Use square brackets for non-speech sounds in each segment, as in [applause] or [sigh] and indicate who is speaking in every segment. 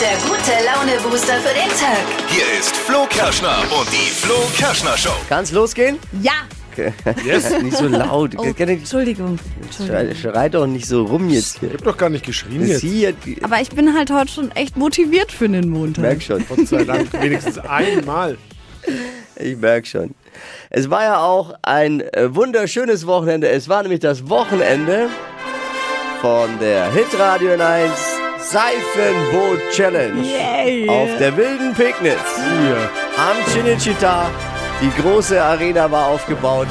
Speaker 1: Der gute Laune-Booster für den Tag.
Speaker 2: Hier ist Flo Kerschner und die Flo Kerschner Show.
Speaker 3: Kann's losgehen?
Speaker 4: Ja.
Speaker 3: Yes. [laughs] nicht so laut.
Speaker 4: Oh,
Speaker 3: Schrei,
Speaker 4: Entschuldigung. Entschuldigung.
Speaker 3: schrei doch nicht so rum jetzt.
Speaker 5: Ich hab doch gar nicht geschrien jetzt.
Speaker 3: Sie, die-
Speaker 4: Aber ich bin halt heute schon echt motiviert für den Montag.
Speaker 3: merk
Speaker 5: [laughs]
Speaker 3: schon.
Speaker 5: Gott sei Dank, wenigstens einmal.
Speaker 3: Ich merk schon. Es war ja auch ein äh, wunderschönes Wochenende. Es war nämlich das Wochenende von der Hitradio 1 Seifenboot Challenge.
Speaker 4: Yay.
Speaker 3: Auf der wilden Pignitz.
Speaker 5: Hier.
Speaker 3: am Chinichita. Die große Arena war aufgebaut.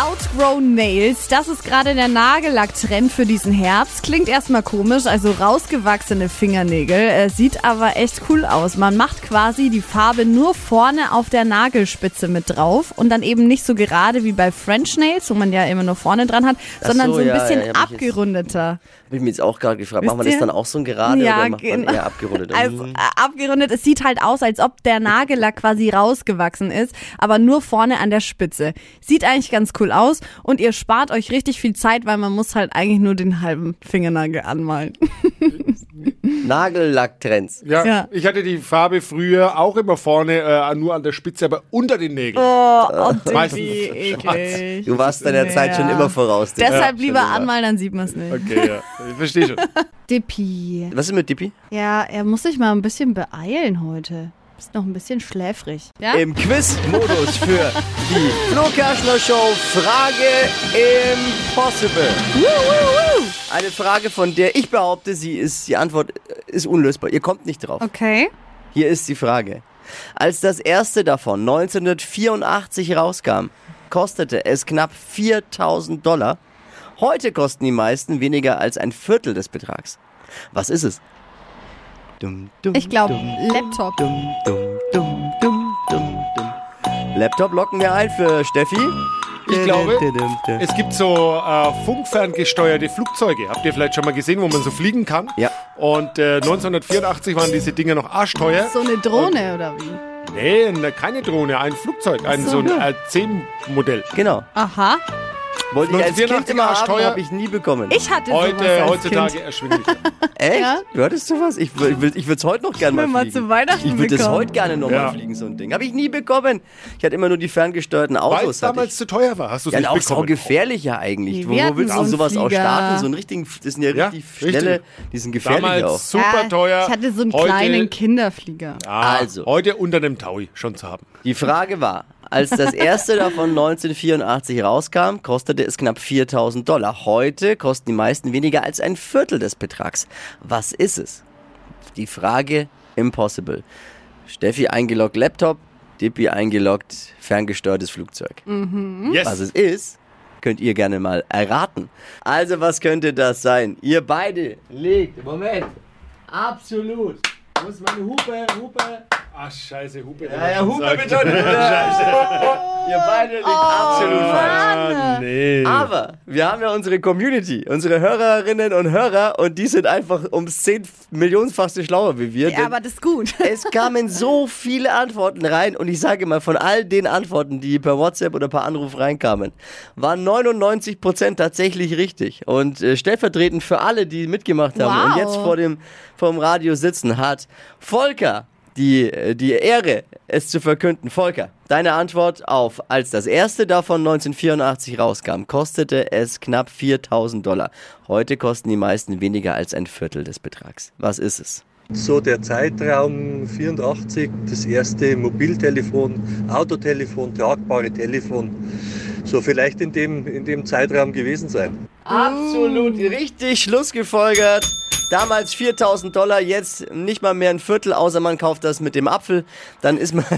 Speaker 4: Outgrown Nails, das ist gerade der Nagellack-Trend für diesen Herbst. Klingt erstmal komisch, also rausgewachsene Fingernägel. Äh, sieht aber echt cool aus. Man macht quasi die Farbe nur vorne auf der Nagelspitze mit drauf und dann eben nicht so gerade wie bei French Nails, wo man ja immer nur vorne dran hat,
Speaker 3: Ach
Speaker 4: sondern
Speaker 3: so,
Speaker 4: so ein
Speaker 3: ja,
Speaker 4: bisschen
Speaker 3: ja, ja, hab ich jetzt-
Speaker 4: abgerundeter.
Speaker 3: Hab ich mir jetzt auch gerade gefragt, macht man
Speaker 4: Wisst
Speaker 3: das
Speaker 4: ihr?
Speaker 3: dann auch so ein gerade oder macht man
Speaker 4: genau.
Speaker 3: eher
Speaker 4: [laughs]
Speaker 3: abgerundet?
Speaker 4: Also,
Speaker 3: Mhm.
Speaker 4: äh, abgerundet, es sieht halt aus, als ob der Nagellack quasi rausgewachsen ist, aber nur vorne an der Spitze. Sieht eigentlich ganz cool cool aus und ihr spart euch richtig viel Zeit, weil man muss halt eigentlich nur den halben Fingernagel
Speaker 3: [laughs]
Speaker 4: anmalen.
Speaker 3: Nagellacktrends.
Speaker 5: Ja,
Speaker 4: Ja.
Speaker 5: ich hatte die Farbe früher auch immer vorne, äh, nur an der Spitze, aber unter den Nägeln.
Speaker 4: Oh, oh
Speaker 5: Meistens
Speaker 4: Diggi, eklig.
Speaker 3: Du warst deiner Zeit schon immer voraus. Digga.
Speaker 4: Deshalb lieber
Speaker 3: schon immer.
Speaker 4: anmalen, dann sieht man es nicht.
Speaker 5: Okay, ja. Ich verstehe schon.
Speaker 4: Dippi.
Speaker 3: Was ist mit Dippi?
Speaker 4: Ja, er muss sich mal ein bisschen beeilen heute. Ist noch ein bisschen schläfrig. Ja?
Speaker 3: Im Quiz-Modus für die Flo Kerschner Show Frage Impossible.
Speaker 4: Woo, woo, woo.
Speaker 3: Eine Frage, von der ich behaupte, sie ist, die Antwort ist unlösbar. Ihr kommt nicht drauf.
Speaker 4: Okay.
Speaker 3: Hier ist die Frage. Als das erste davon 1984 rauskam, kostete es knapp 4000 Dollar. Heute kosten die meisten weniger als ein Viertel des Betrags. Was ist es? Dum, dum,
Speaker 4: Ich glaube,
Speaker 3: dum,
Speaker 4: Laptop.
Speaker 3: dum, dum, dum, dum, dum, dum. Laptop locken wir ein für Steffi.
Speaker 5: Ich glaube, es gibt so äh, funkferngesteuerte Flugzeuge. Habt ihr vielleicht schon mal gesehen, wo man so fliegen kann?
Speaker 3: Ja.
Speaker 5: Und äh, 1984 waren diese Dinger noch arschteuer.
Speaker 4: So eine Drohne oder wie?
Speaker 5: Nee, ne- keine Drohne, ein Flugzeug, ein so, ein äh, 10-Modell.
Speaker 3: Genau.
Speaker 4: Aha.
Speaker 3: Wollte ich als
Speaker 5: 1984
Speaker 3: Kind immer haben,
Speaker 5: arschteuer.
Speaker 3: habe ich nie bekommen.
Speaker 4: Ich hatte sowas
Speaker 5: Heute,
Speaker 4: als
Speaker 5: heutzutage
Speaker 4: Kind.
Speaker 5: erschwinglich.
Speaker 3: Echt?
Speaker 4: Ja.
Speaker 3: Du hattest sowas? Ich, wür- ich, wür- ich würde es heute noch gerne mal
Speaker 4: Wenn wir
Speaker 3: fliegen.
Speaker 4: zu Weihnachten
Speaker 3: Ich würde das
Speaker 4: bekommen.
Speaker 3: heute gerne nochmal
Speaker 5: Ja.
Speaker 3: fliegen, so ein Ding. Habe ich nie bekommen. Ich hatte immer nur die ferngesteuerten
Speaker 5: Weil
Speaker 3: Autos.
Speaker 5: es
Speaker 3: Hatte
Speaker 5: damals
Speaker 3: ich.
Speaker 5: zu teuer war, hast du es
Speaker 3: Ja, und
Speaker 5: nicht
Speaker 3: auch so
Speaker 5: bekommen.
Speaker 3: gefährlich ja eigentlich.
Speaker 4: Nee,
Speaker 3: Wo,
Speaker 4: wir
Speaker 3: wo
Speaker 4: hatten
Speaker 3: willst
Speaker 4: so
Speaker 3: du
Speaker 4: einen
Speaker 3: sowas auch
Speaker 4: Flieger.
Speaker 3: starten? So einen richtigen, das sind ja,
Speaker 5: Ja,
Speaker 3: richtig schnelle, die sind gefährlich
Speaker 5: damals
Speaker 3: auch.
Speaker 5: super
Speaker 4: Ja,
Speaker 5: teuer.
Speaker 4: Ich hatte so einen
Speaker 5: heute,
Speaker 4: kleinen Kinderflieger.
Speaker 5: Ah,
Speaker 3: Also.
Speaker 5: Heute unter dem Taui schon zu haben.
Speaker 3: Die Frage war, als das erste davon 1984 rauskam, kostete es knapp 4000 Dollar. Heute kosten die meisten weniger als ein Viertel des Betrags. Was ist es? Die Frage impossible. Steffi eingeloggt Laptop, Dippi eingeloggt ferngesteuertes Flugzeug.
Speaker 4: Hm?
Speaker 5: Yes.
Speaker 3: Was es ist, könnt ihr gerne mal erraten. Also, was könnte das sein? Ihr beide legt, Moment, absolut. Muss meine Hupe, Hupe.
Speaker 5: Ah, scheiße, Hupe.
Speaker 3: Ja, ja, Hupe bitte. und Hupe. [laughs] Ihr beide liegt
Speaker 4: Oh
Speaker 3: absolut falsch.
Speaker 5: Ah, nee.
Speaker 3: Aber wir haben ja unsere Community, unsere Hörerinnen und Hörer und die sind einfach ums zehn Millionenfachste schlauer wie wir.
Speaker 4: Ja,
Speaker 3: denn
Speaker 4: aber das ist gut.
Speaker 3: es kamen so viele Antworten rein und ich sage mal, von all den Antworten, die per WhatsApp oder per Anruf reinkamen, waren 99% tatsächlich richtig. Und äh, stellvertretend für alle, die mitgemacht haben
Speaker 4: Wow.
Speaker 3: und jetzt vor dem vom Radio sitzen, hat Volker die, äh, die Ehre, es zu verkünden. Volker, deine Antwort auf, als das erste davon 1984 rauskam, kostete es knapp 4000 Dollar. Heute kosten die meisten weniger als ein Viertel des Betrags. Was ist es?
Speaker 6: So der Zeitraum 84, das erste Mobiltelefon, Autotelefon, tragbare Telefon. So vielleicht in dem, in dem Zeitraum gewesen sein.
Speaker 3: Absolut
Speaker 4: Mm.
Speaker 3: richtig Schluss gefolgert. Damals 4000 Dollar, jetzt nicht mal mehr ein Viertel, außer man kauft das mit dem Apfel. Dann ist man [laughs]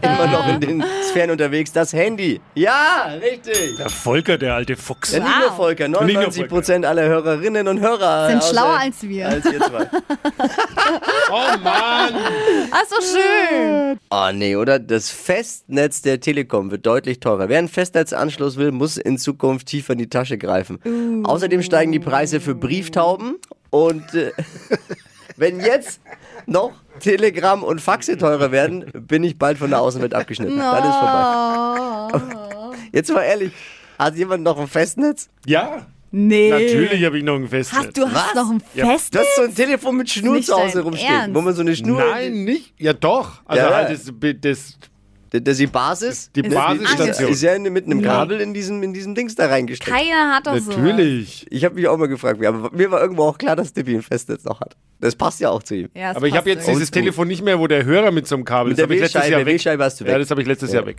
Speaker 3: immer noch in den Sphären unterwegs. Das Handy. Ja, richtig.
Speaker 5: Der Volker, der alte Fuchs.
Speaker 3: Ja, nicht nur Volker,
Speaker 5: nur Volker.
Speaker 3: 99 Prozent aller Hörerinnen und Hörer
Speaker 4: Sind
Speaker 3: außer-
Speaker 4: schlauer als wir.
Speaker 3: Als ihr zwei.
Speaker 5: Oh Mann!
Speaker 4: Ach, so schön.
Speaker 3: Oh nee, oder? Das Festnetz der Telekom wird deutlich teurer. Wer einen Festnetzanschluss will, muss in Zukunft tiefer in die Tasche greifen.
Speaker 4: Uh.
Speaker 3: Außerdem steigen die Preise für Brieftauben und äh, [laughs] wenn jetzt noch Telegram und Faxe teurer werden, bin ich bald von der Außenwelt
Speaker 4: [laughs]
Speaker 3: abgeschnitten. Dann ist
Speaker 4: Ah.
Speaker 3: vorbei.
Speaker 4: Oh.
Speaker 3: [laughs] Jetzt mal ehrlich, hat jemand noch ein Festnetz?
Speaker 5: Ja,
Speaker 4: Nee.
Speaker 5: natürlich habe ich noch ein Festnetz.
Speaker 4: Hast du hast
Speaker 3: Was?
Speaker 4: noch ein Fest?
Speaker 3: Du hast so ein Telefon mit Schnur
Speaker 4: Nicht
Speaker 3: zu Hause
Speaker 4: dein
Speaker 3: rumstehen,
Speaker 4: Ernst?
Speaker 3: wo man so eine Schnur,
Speaker 5: Nein, nicht. Ja, doch. Also
Speaker 3: Ja.
Speaker 5: halt das, das,
Speaker 3: das ist die Basis.
Speaker 5: die
Speaker 4: Ist
Speaker 5: Basisstation.
Speaker 4: angeschlossen.
Speaker 3: Ist ja mit einem Kabel in diesem, in diesem Dings da reingesteckt.
Speaker 4: Keiner hat doch so.
Speaker 5: Natürlich.
Speaker 3: Ich habe mich auch mal gefragt, wie, aber mir war irgendwo auch klar, dass Dippy ein Festnetz noch hat. Das passt ja auch zu ihm.
Speaker 4: Ja, das
Speaker 5: Aber ich
Speaker 4: passt
Speaker 5: habe jetzt
Speaker 4: irgendwie.
Speaker 5: dieses Telefon nicht mehr, wo der Hörer mit so einem Kabel
Speaker 3: Mit
Speaker 5: ist.
Speaker 3: der
Speaker 5: Hab ich letztes
Speaker 3: Wählscheibe,
Speaker 5: Jahr weg.
Speaker 3: Wählscheibe hast du weg.
Speaker 5: Ja, das habe ich letztes Jahr weg.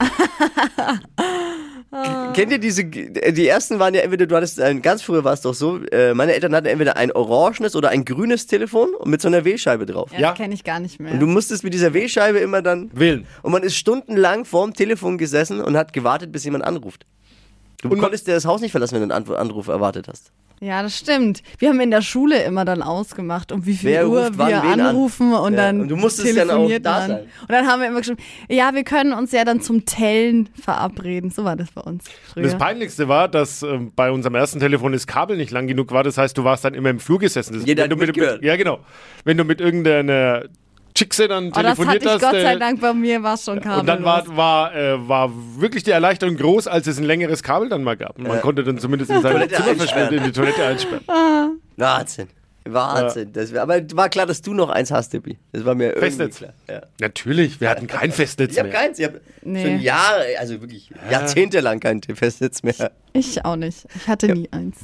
Speaker 3: Kennt ihr diese, äh, die ersten waren ja entweder, du hattest ein, ganz früher war es doch so, äh, meine Eltern hatten entweder ein orangenes oder ein grünes Telefon und mit so einer Wählscheibe drauf.
Speaker 4: Ja,
Speaker 5: Ja.
Speaker 4: Das kenne ich gar nicht mehr.
Speaker 3: Und du musstest mit dieser Wählscheibe immer dann.
Speaker 5: Wählen.
Speaker 3: Und man ist stundenlang vorm Telefon gesessen und hat gewartet, bis jemand anruft. Du
Speaker 5: Und man-
Speaker 3: konntest dir das Haus nicht verlassen, wenn du einen Anru- Anruf erwartet hast.
Speaker 4: ja, das stimmt. Wir haben in der Schule immer dann ausgemacht, um wie viel
Speaker 3: Wer
Speaker 4: Uhr
Speaker 3: ruft wann
Speaker 4: wir
Speaker 3: wen an.
Speaker 4: anrufen und
Speaker 3: Ja,
Speaker 4: dann
Speaker 3: und du musstest dann auch
Speaker 4: telefoniert
Speaker 3: da
Speaker 4: man.
Speaker 3: sein.
Speaker 4: Und dann haben wir immer geschrieben, ja, wir können uns ja dann zum Tellen verabreden. So war das bei uns
Speaker 5: Und das
Speaker 4: früher.
Speaker 5: Peinlichste war, dass ähm, bei unserem ersten Telefon das Kabel nicht lang genug war. Das heißt, du warst dann immer im Flur gesessen. Das,
Speaker 3: Jeder
Speaker 5: wenn du
Speaker 3: hat
Speaker 5: mit,
Speaker 3: mitgehört.
Speaker 5: mit, ja, genau. Wenn du mit irgendeiner Chickse dann
Speaker 4: Aber Oh, das
Speaker 5: telefoniert
Speaker 4: hatte ich
Speaker 5: hast.
Speaker 4: Gott sei
Speaker 5: äh,
Speaker 4: Dank bei mir, war schon kabellos.
Speaker 5: und dann war, war, äh, war wirklich die Erleichterung groß, als es ein längeres Kabel dann mal gab. Man konnte dann zumindest in sein
Speaker 3: Toilette
Speaker 5: Zimmer
Speaker 3: einsperren.
Speaker 5: verschwinden, in die Toilette einsperren.
Speaker 3: Wahnsinn. Wahnsinn. Das wär, aber war klar, dass du noch eins hast, Dippi. Das war mir irgendwie
Speaker 5: Festnetz.
Speaker 3: klar. Ja.
Speaker 5: Natürlich, wir hatten kein Festnetz
Speaker 3: Ich habe
Speaker 5: mehr.
Speaker 3: keins. Ich habe
Speaker 4: Nee.
Speaker 3: schon Jahre, also wirklich jahrzehntelang kein Festnetz mehr.
Speaker 4: ich auch nicht. Ich hatte nie eins.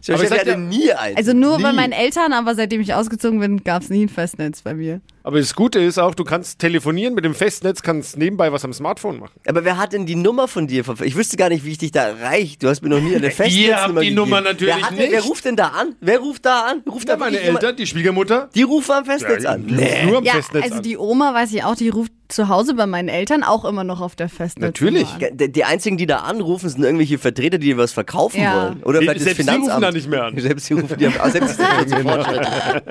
Speaker 3: Ich, glaub,
Speaker 5: Aber
Speaker 3: ich
Speaker 5: ich sag
Speaker 3: hatte
Speaker 5: dir-
Speaker 3: nie eins.
Speaker 4: Also nur bei
Speaker 5: Nie.
Speaker 4: meinen Eltern, aber seitdem ich ausgezogen bin, gab es nie ein Festnetz bei mir.
Speaker 5: Aber das Gute ist auch, du kannst telefonieren mit dem Festnetz, kannst nebenbei was am Smartphone machen.
Speaker 3: aber wer hat denn die Nummer von dir? ver- Ich wüsste gar nicht, wie ich dich da erreiche. Du hast mir noch nie
Speaker 5: [laughs]
Speaker 3: eine Festnetznummer
Speaker 5: habt die
Speaker 3: gegeben.
Speaker 5: Nummer natürlich
Speaker 3: wer, hat denn, wer
Speaker 5: nicht.
Speaker 3: ruft denn da an? Wer ruft da an? Ruft
Speaker 5: Ja,
Speaker 3: da
Speaker 5: meine
Speaker 3: wirklich jemand-
Speaker 5: Eltern, die Schwiegermutter,
Speaker 3: Die rufen am Festnetz
Speaker 5: Ja,
Speaker 3: an.
Speaker 5: die rufen nur am
Speaker 4: Ja,
Speaker 5: Festnetz
Speaker 4: also
Speaker 5: an.
Speaker 4: die Oma, weiß ich auch, die ruft zu Hause bei meinen Eltern auch immer noch auf der Festnetz.
Speaker 5: Natürlich.
Speaker 4: [laughs]
Speaker 3: Ja, Die, die einzigen, die da anrufen, sind irgendwelche Vertreter, die dir was verkaufen
Speaker 4: Ja.
Speaker 3: wollen. Oder
Speaker 5: Die-
Speaker 3: vielleicht das
Speaker 5: selbst die rufen
Speaker 3: Finanzamt.
Speaker 5: da nicht mehr
Speaker 3: [laughs]
Speaker 5: an. Genau.
Speaker 3: Selbst die rufen die an. Ah, selbst
Speaker 5: [laughs]
Speaker 3: die rufen sofort an.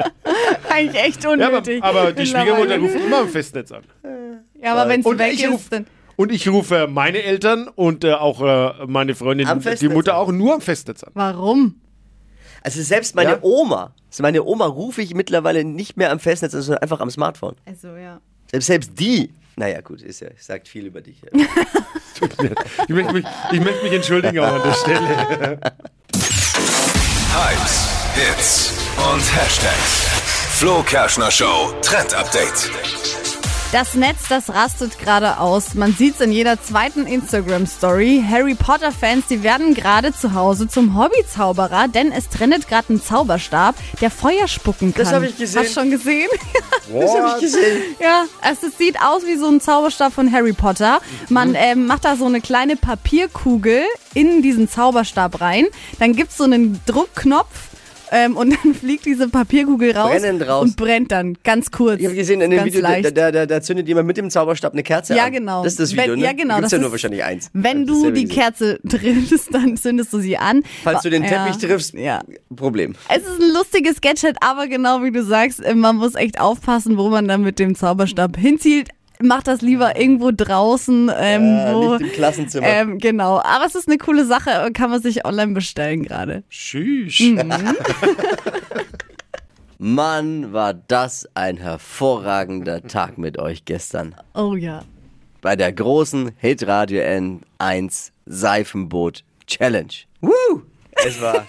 Speaker 4: Eigentlich echt
Speaker 5: Ja, aber,
Speaker 4: unnötig.
Speaker 5: aber die Schwiegermutter
Speaker 4: Mittlerweile.
Speaker 5: ruft immer am Festnetz an.
Speaker 4: Ja, aber wenn es
Speaker 5: Und
Speaker 4: weg
Speaker 5: ich
Speaker 4: ist,
Speaker 5: rufe
Speaker 4: dann.
Speaker 5: und ich rufe meine Eltern und äh, auch äh, meine Freundin,
Speaker 3: Am
Speaker 5: die
Speaker 3: Festnetz
Speaker 5: Mutter
Speaker 3: an.
Speaker 5: auch nur am Festnetz an.
Speaker 4: Warum?
Speaker 3: Also selbst meine
Speaker 5: Ja.
Speaker 3: Oma, also meine Oma rufe ich mittlerweile nicht mehr am Festnetz, an, sondern einfach am Smartphone.
Speaker 4: Also ja.
Speaker 3: Selbst, selbst die. Naja, gut, ist ja, sagt viel über dich.
Speaker 4: [laughs]
Speaker 5: Ich möchte mich, ich möchte mich entschuldigen auch an der Stelle.
Speaker 2: Hypes, Hits und Hashtags. Flo Kerschner Show Trend Update.
Speaker 4: Das Netz, das rastet gerade aus. Man sieht's in jeder zweiten Instagram-Story. Harry Potter-Fans, die werden gerade zu Hause zum Hobbyzauberer, denn es trennt gerade ein Zauberstab, der Feuer spucken kann.
Speaker 3: Das hab ich gesehen.
Speaker 4: Hast schon gesehen? [laughs]
Speaker 3: Das habe ich gesehen.
Speaker 4: Ja, also es sieht aus wie so ein Zauberstab von Harry Potter.
Speaker 3: Mhm.
Speaker 4: Man ähm, macht da so eine kleine Papierkugel in diesen Zauberstab rein. Dann gibt's so einen Druckknopf ähm, und [laughs] dann fliegt diese Papierkugel raus
Speaker 3: Brennend raus.
Speaker 4: und brennt dann ganz kurz.
Speaker 3: Ich habe gesehen in dem
Speaker 4: ganz
Speaker 3: Video, da,
Speaker 4: leicht.
Speaker 3: da, da, da zündet jemand mit dem Zauberstab eine Kerze
Speaker 4: Ja,
Speaker 3: an.
Speaker 4: genau.
Speaker 3: Das ist das Video,
Speaker 4: Wenn-
Speaker 3: ne?
Speaker 4: ja, genau,
Speaker 3: Da gibt's
Speaker 4: das
Speaker 3: ja nur
Speaker 4: ist-
Speaker 3: wahrscheinlich eins.
Speaker 4: Wenn
Speaker 3: Hab das
Speaker 4: du
Speaker 3: selber
Speaker 4: die
Speaker 3: gesehen.
Speaker 4: Kerze [laughs] triffst, dann zündest du sie an.
Speaker 3: Falls du den
Speaker 4: Ja.
Speaker 3: Teppich triffst,
Speaker 4: Ja. [laughs]
Speaker 3: Problem.
Speaker 4: Es ist ein lustiges Gadget, aber genau wie du sagst, äh, man muss echt aufpassen, wo man dann mit dem Zauberstab hinzielt. Macht das lieber irgendwo draußen, ähm,
Speaker 3: Ja,
Speaker 4: wo.
Speaker 3: Äh, nicht im Klassenzimmer.
Speaker 4: Ähm, genau, aber es ist eine coole Sache, äh, kann man sich online bestellen gerade.
Speaker 5: Tschüss.
Speaker 3: Mann, war das ein hervorragender Tag mit euch gestern.
Speaker 4: Oh ja.
Speaker 3: Bei der großen Hitradio N1 Seifenboot Challenge. Woo! Es
Speaker 4: [laughs]
Speaker 3: war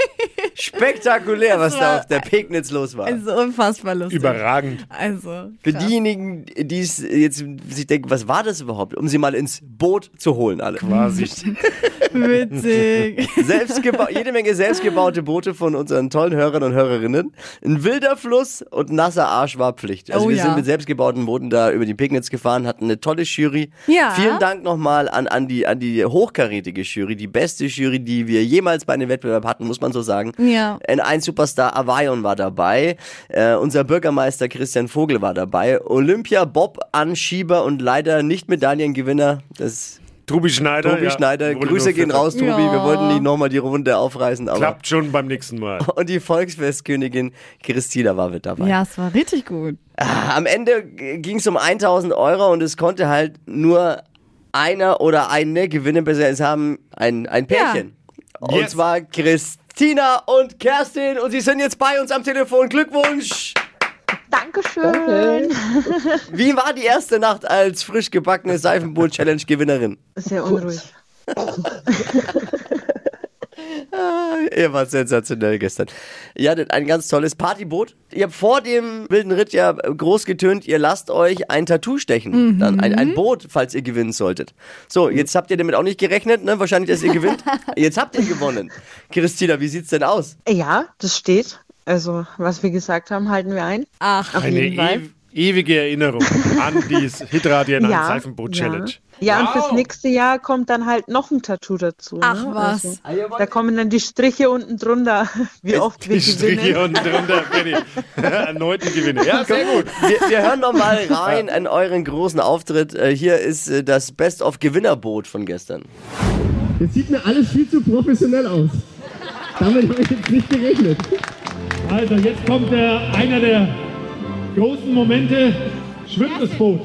Speaker 3: spektakulär, was da
Speaker 4: war-
Speaker 3: auf der Pegnitz los war.
Speaker 4: Also unfassbar lustig.
Speaker 5: Überragend.
Speaker 4: Also.
Speaker 3: Für
Speaker 4: krass.
Speaker 3: diejenigen, die es jetzt sich denken, was war das überhaupt, um sie mal ins Boot zu holen, alle.
Speaker 5: Quasi.
Speaker 3: [laughs]
Speaker 4: Witzig.
Speaker 3: Selbstgeba jede Menge selbstgebaute Boote von unseren tollen Hörern und Hörerinnen. Ein wilder Fluss und nasser Arsch war Pflicht. Also
Speaker 4: Oh
Speaker 3: wir
Speaker 4: ja.
Speaker 3: sind mit selbstgebauten Booten da über die Pegnitz gefahren, hatten eine tolle Jury.
Speaker 4: Ja.
Speaker 3: Vielen Dank nochmal an, an, die, an die hochkarätige Jury, die beste Jury, die wir jemals bei einem Wettbewerb hatten, muss man so sagen.
Speaker 4: Ja.
Speaker 3: N1 Superstar Avayon war dabei, äh, unser Bürgermeister Christian Vogel war dabei, Olympia Bob Anschieber und leider nicht Medaillengewinner, das
Speaker 5: Tobi Schneider.
Speaker 3: Tobi
Speaker 5: ja,
Speaker 3: Schneider,
Speaker 5: wurde
Speaker 3: Grüße
Speaker 5: nur
Speaker 3: gehen
Speaker 5: Vierter.
Speaker 3: raus, Tobi.
Speaker 4: Ja.
Speaker 3: Wir wollten nicht nochmal die Runde aufreißen, aber.
Speaker 5: Klappt schon beim nächsten Mal.
Speaker 3: Und die Volksfestkönigin Christina war mit dabei. Ah,
Speaker 4: Ja, es war richtig gut.
Speaker 3: Am Ende ging es um 1000 Euro und es konnte halt nur einer oder eine gewinnen, besser es haben ein, ein Pärchen. Und
Speaker 5: Yes.
Speaker 3: zwar Christina und Kerstin und sie sind jetzt bei uns am Telefon. Glückwunsch!
Speaker 7: Dankeschön.
Speaker 3: Wie war die erste Nacht als frisch gebackene Seifenboot-Challenge-Gewinnerin?
Speaker 7: Sehr unruhig.
Speaker 3: Ihr wart sensationell gestern. Ihr hattet ein ganz tolles Partyboot. Ihr habt vor dem wilden Ritt ja groß getönt, ihr lasst euch ein Tattoo stechen. Dann ein, ein Boot, falls ihr gewinnen solltet. So, jetzt habt ihr damit auch nicht gerechnet, ne? Wahrscheinlich, dass ihr gewinnt. Jetzt habt ihr gewonnen. Christina, wie sieht's denn aus?
Speaker 7: Ja, das steht. Also, was wir gesagt haben, halten wir ein.
Speaker 4: Ach,
Speaker 7: Auf
Speaker 5: Eine
Speaker 7: jeden Fall.
Speaker 5: ew- ewige Erinnerung an Genau, die Hitradio ja,
Speaker 7: Ja,
Speaker 5: Seifenboot-Challenge.
Speaker 7: Ja, und fürs nächste Jahr kommt dann halt noch ein Tattoo dazu.
Speaker 4: Ach,
Speaker 7: ne?
Speaker 4: was.
Speaker 7: da kommen dann die Striche unten drunter, [laughs] wie oft wir
Speaker 5: Die Striche und
Speaker 7: gewinnen.
Speaker 5: drunter, Benny. [laughs] Erneuten Gewinne. Ja, sehr gut.
Speaker 3: Wir, wir hören noch mal rein an euren großen Auftritt. Äh, Hier ist äh, das Best-of-Gewinnerboot von gestern.
Speaker 8: Das sieht mir alles viel zu professionell aus. Damit habe ich jetzt nicht gerechnet. Also, jetzt kommt der, einer der großen Momente. Schwimmt das Boot.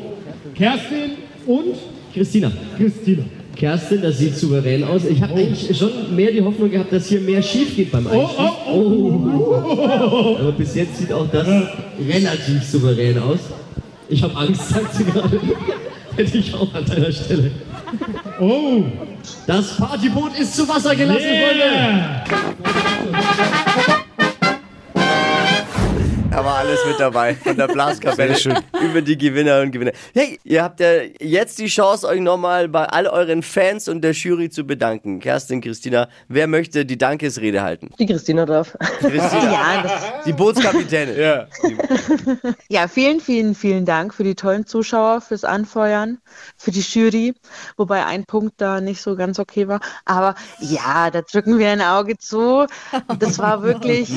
Speaker 8: Kerstin und
Speaker 9: Christina,
Speaker 8: Christina.
Speaker 9: Kerstin, das sieht souverän aus. Ich habe eigentlich schon mehr die Hoffnung gehabt, dass hier mehr schief geht beim
Speaker 8: Oh,
Speaker 9: Einstieg.
Speaker 8: oh, oh.
Speaker 9: Oh. Aber bis jetzt sieht auch das relativ souverän aus. Ich habe Angst, sagt sie gerade. [laughs] Hätte ich auch an deiner Stelle.
Speaker 8: Oh,
Speaker 9: Das Partyboot ist zu Wasser gelassen, Freunde.
Speaker 8: yeah.
Speaker 3: Da war alles mit dabei. Von der Blaskapelle über die Gewinner und Gewinner. Hey, ihr habt ja jetzt die Chance, euch nochmal bei all euren Fans und der Jury zu bedanken. Kerstin, Christina, wer möchte die Dankesrede halten?
Speaker 7: Die Christina darf.
Speaker 3: Christina,
Speaker 7: Ja, das,
Speaker 3: die Bootskapitäne.
Speaker 5: Ja.
Speaker 7: ja, vielen, vielen, vielen Dank für die tollen Zuschauer, fürs Anfeuern, für die Jury, wobei ein Punkt da nicht so ganz okay war. Aber ja, da drücken wir ein Auge zu. Das war wirklich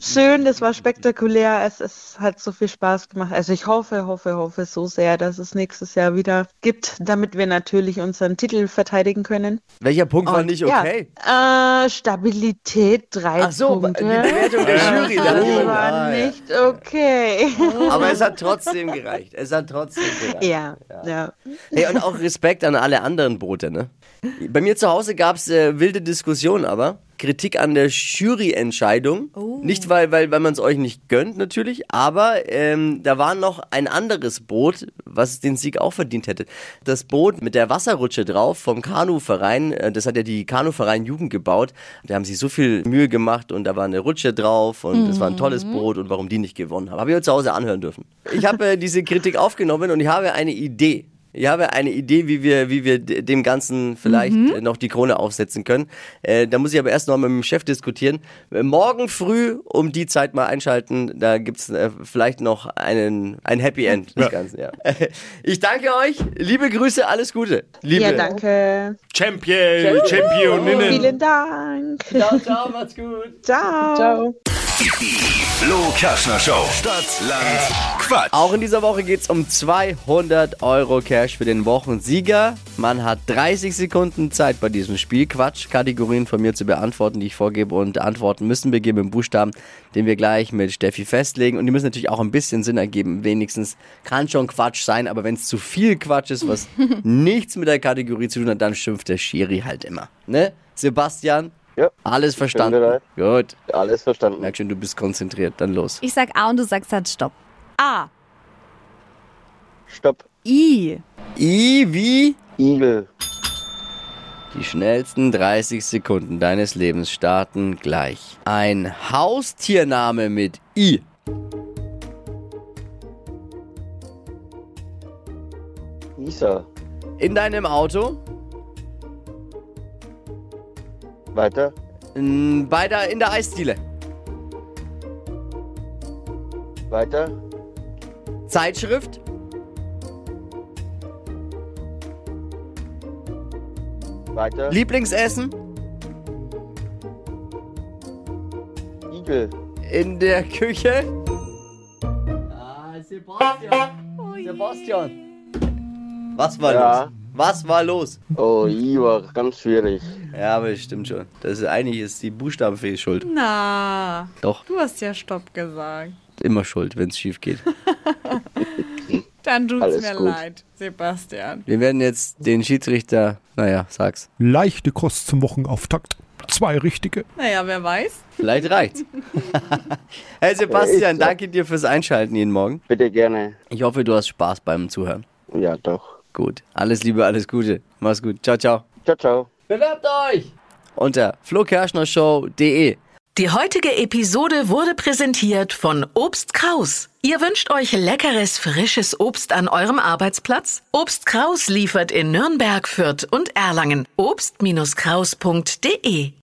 Speaker 7: schön, das war spektakulär. Es, es hat so viel Spaß gemacht. Also ich hoffe, hoffe, hoffe so sehr, dass es nächstes Jahr wieder gibt, damit wir natürlich unseren Titel verteidigen können.
Speaker 3: Welcher Punkt war nicht okay?
Speaker 7: Ja, äh, Stabilität, drei
Speaker 3: Ach so, die
Speaker 7: Punkte.
Speaker 3: Bewertung der Jury. Da hat
Speaker 7: Das
Speaker 3: jemand-
Speaker 7: war
Speaker 3: Ah, ja.
Speaker 7: nicht okay.
Speaker 3: Aber es hat trotzdem gereicht. Es hat trotzdem gereicht.
Speaker 7: Ja, nou, ja.
Speaker 3: Hey, und auch Respekt an alle anderen Boote, ne? Bei mir zu Hause gab's äh, wilde Diskussionen, aber Kritik an der Juryentscheidung. Nicht, weil, weil, weil man es euch nicht gönnt, natürlich, aber ähm, da war noch ein anderes Boot, was den Sieg auch verdient hätte. Das Boot mit der Wasserrutsche drauf vom Kanuverein, äh, das hat ja die Kanuverein Jugend gebaut. Da haben sich so viel Mühe gemacht und da war eine Rutsche drauf und es war ein tolles Boot und warum die nicht gewonnen haben. Habe ich mir zu Hause anhören dürfen. Ich habe äh, diese Kritik aufgenommen und ich habe eine Idee. Ich habe eine Idee, wie wir, wie wir d- dem Ganzen vielleicht
Speaker 7: Mhm.
Speaker 3: äh, noch die Krone aufsetzen können. Äh, da muss ich aber erst noch mal mit dem Chef diskutieren. Äh, Morgen früh um die Zeit mal einschalten. Da gibt's äh, vielleicht noch einen, ein Happy End des Ganzen. Ja. [laughs] Ich danke euch. Liebe Grüße, alles Gute. Liebe.
Speaker 7: Ja, danke.
Speaker 5: Champion, Championinnen.
Speaker 7: Vielen Dank.
Speaker 3: Ciao, ciao, macht's gut.
Speaker 7: Ciao. Ciao.
Speaker 2: Flo Kerschner Show. Stadt, Land, Quatsch.
Speaker 3: Auch in dieser Woche geht's um 200 Euro Cash für den Wochensieger. Man hat 30 Sekunden Zeit bei diesem Spiel, Quatsch-Kategorien von mir zu beantworten, die ich vorgebe. Und Antworten müssen begeben im Buchstaben, den wir gleich mit Steffi festlegen. Und die müssen natürlich auch ein bisschen Sinn ergeben. Wenigstens kann schon Quatsch sein, aber wenn es zu viel Quatsch ist, was nichts mit der Kategorie zu tun hat, dann schimpft der Schiri halt immer. Ne? Sebastian?
Speaker 10: Ja.
Speaker 3: Alles verstanden.
Speaker 10: bereit.
Speaker 3: Gut.
Speaker 10: Alles verstanden.
Speaker 3: Merk schon, du bist konzentriert. Dann los.
Speaker 4: Ich sag A und du sagst dann Stopp. A.
Speaker 10: Stopp.
Speaker 4: I.
Speaker 3: I wie?
Speaker 10: Igel.
Speaker 3: Die schnellsten 30 Sekunden deines Lebens starten gleich. Ein Haustiername mit I.
Speaker 10: Isa.
Speaker 3: In deinem Auto?
Speaker 10: Weiter.
Speaker 3: Mm, Bei der, in der Eisdiele.
Speaker 10: Weiter.
Speaker 3: Zeitschrift?
Speaker 10: Weiter.
Speaker 3: Lieblingsessen?
Speaker 10: Igel.
Speaker 3: In der Küche? Ah, Sebastian. Sebastian. Was war
Speaker 10: Ja.
Speaker 3: los? Was war los?
Speaker 10: Oh, I war ganz schwierig.
Speaker 3: Ja, aber es stimmt schon. Das ist, eigentlich ist die Buchstabenfee schuld.
Speaker 4: Na,
Speaker 3: Doch,
Speaker 4: du hast ja Stopp gesagt.
Speaker 3: immer schuld, wenn es schief geht.
Speaker 4: Dann tut's
Speaker 10: Alles
Speaker 4: mir
Speaker 10: gut.
Speaker 4: leid, Sebastian.
Speaker 3: Wir werden jetzt den Schiedsrichter, naja, sag's.
Speaker 11: Leichte Kost zum Wochenauftakt. Zwei richtige.
Speaker 4: Naja, wer weiß.
Speaker 3: Vielleicht
Speaker 10: [laughs]
Speaker 3: reicht's. hey Sebastian,
Speaker 10: Echt, ja.
Speaker 3: danke dir fürs Einschalten jeden Morgen.
Speaker 10: Bitte gerne.
Speaker 3: Ich hoffe, du hast Spaß beim Zuhören.
Speaker 10: Ja, doch.
Speaker 3: Gut. Alles Liebe, alles Gute. Mach's gut. Ciao, ciao.
Speaker 10: Ciao, ciao.
Speaker 3: Bewerbt euch! Unter flokerschnershow.de.
Speaker 12: Die heutige Episode wurde präsentiert von Obst Kraus. Ihr wünscht euch leckeres, frisches Obst an eurem Arbeitsplatz? Obst Kraus liefert in Nürnberg, Fürth und Erlangen. Obst-Kraus.de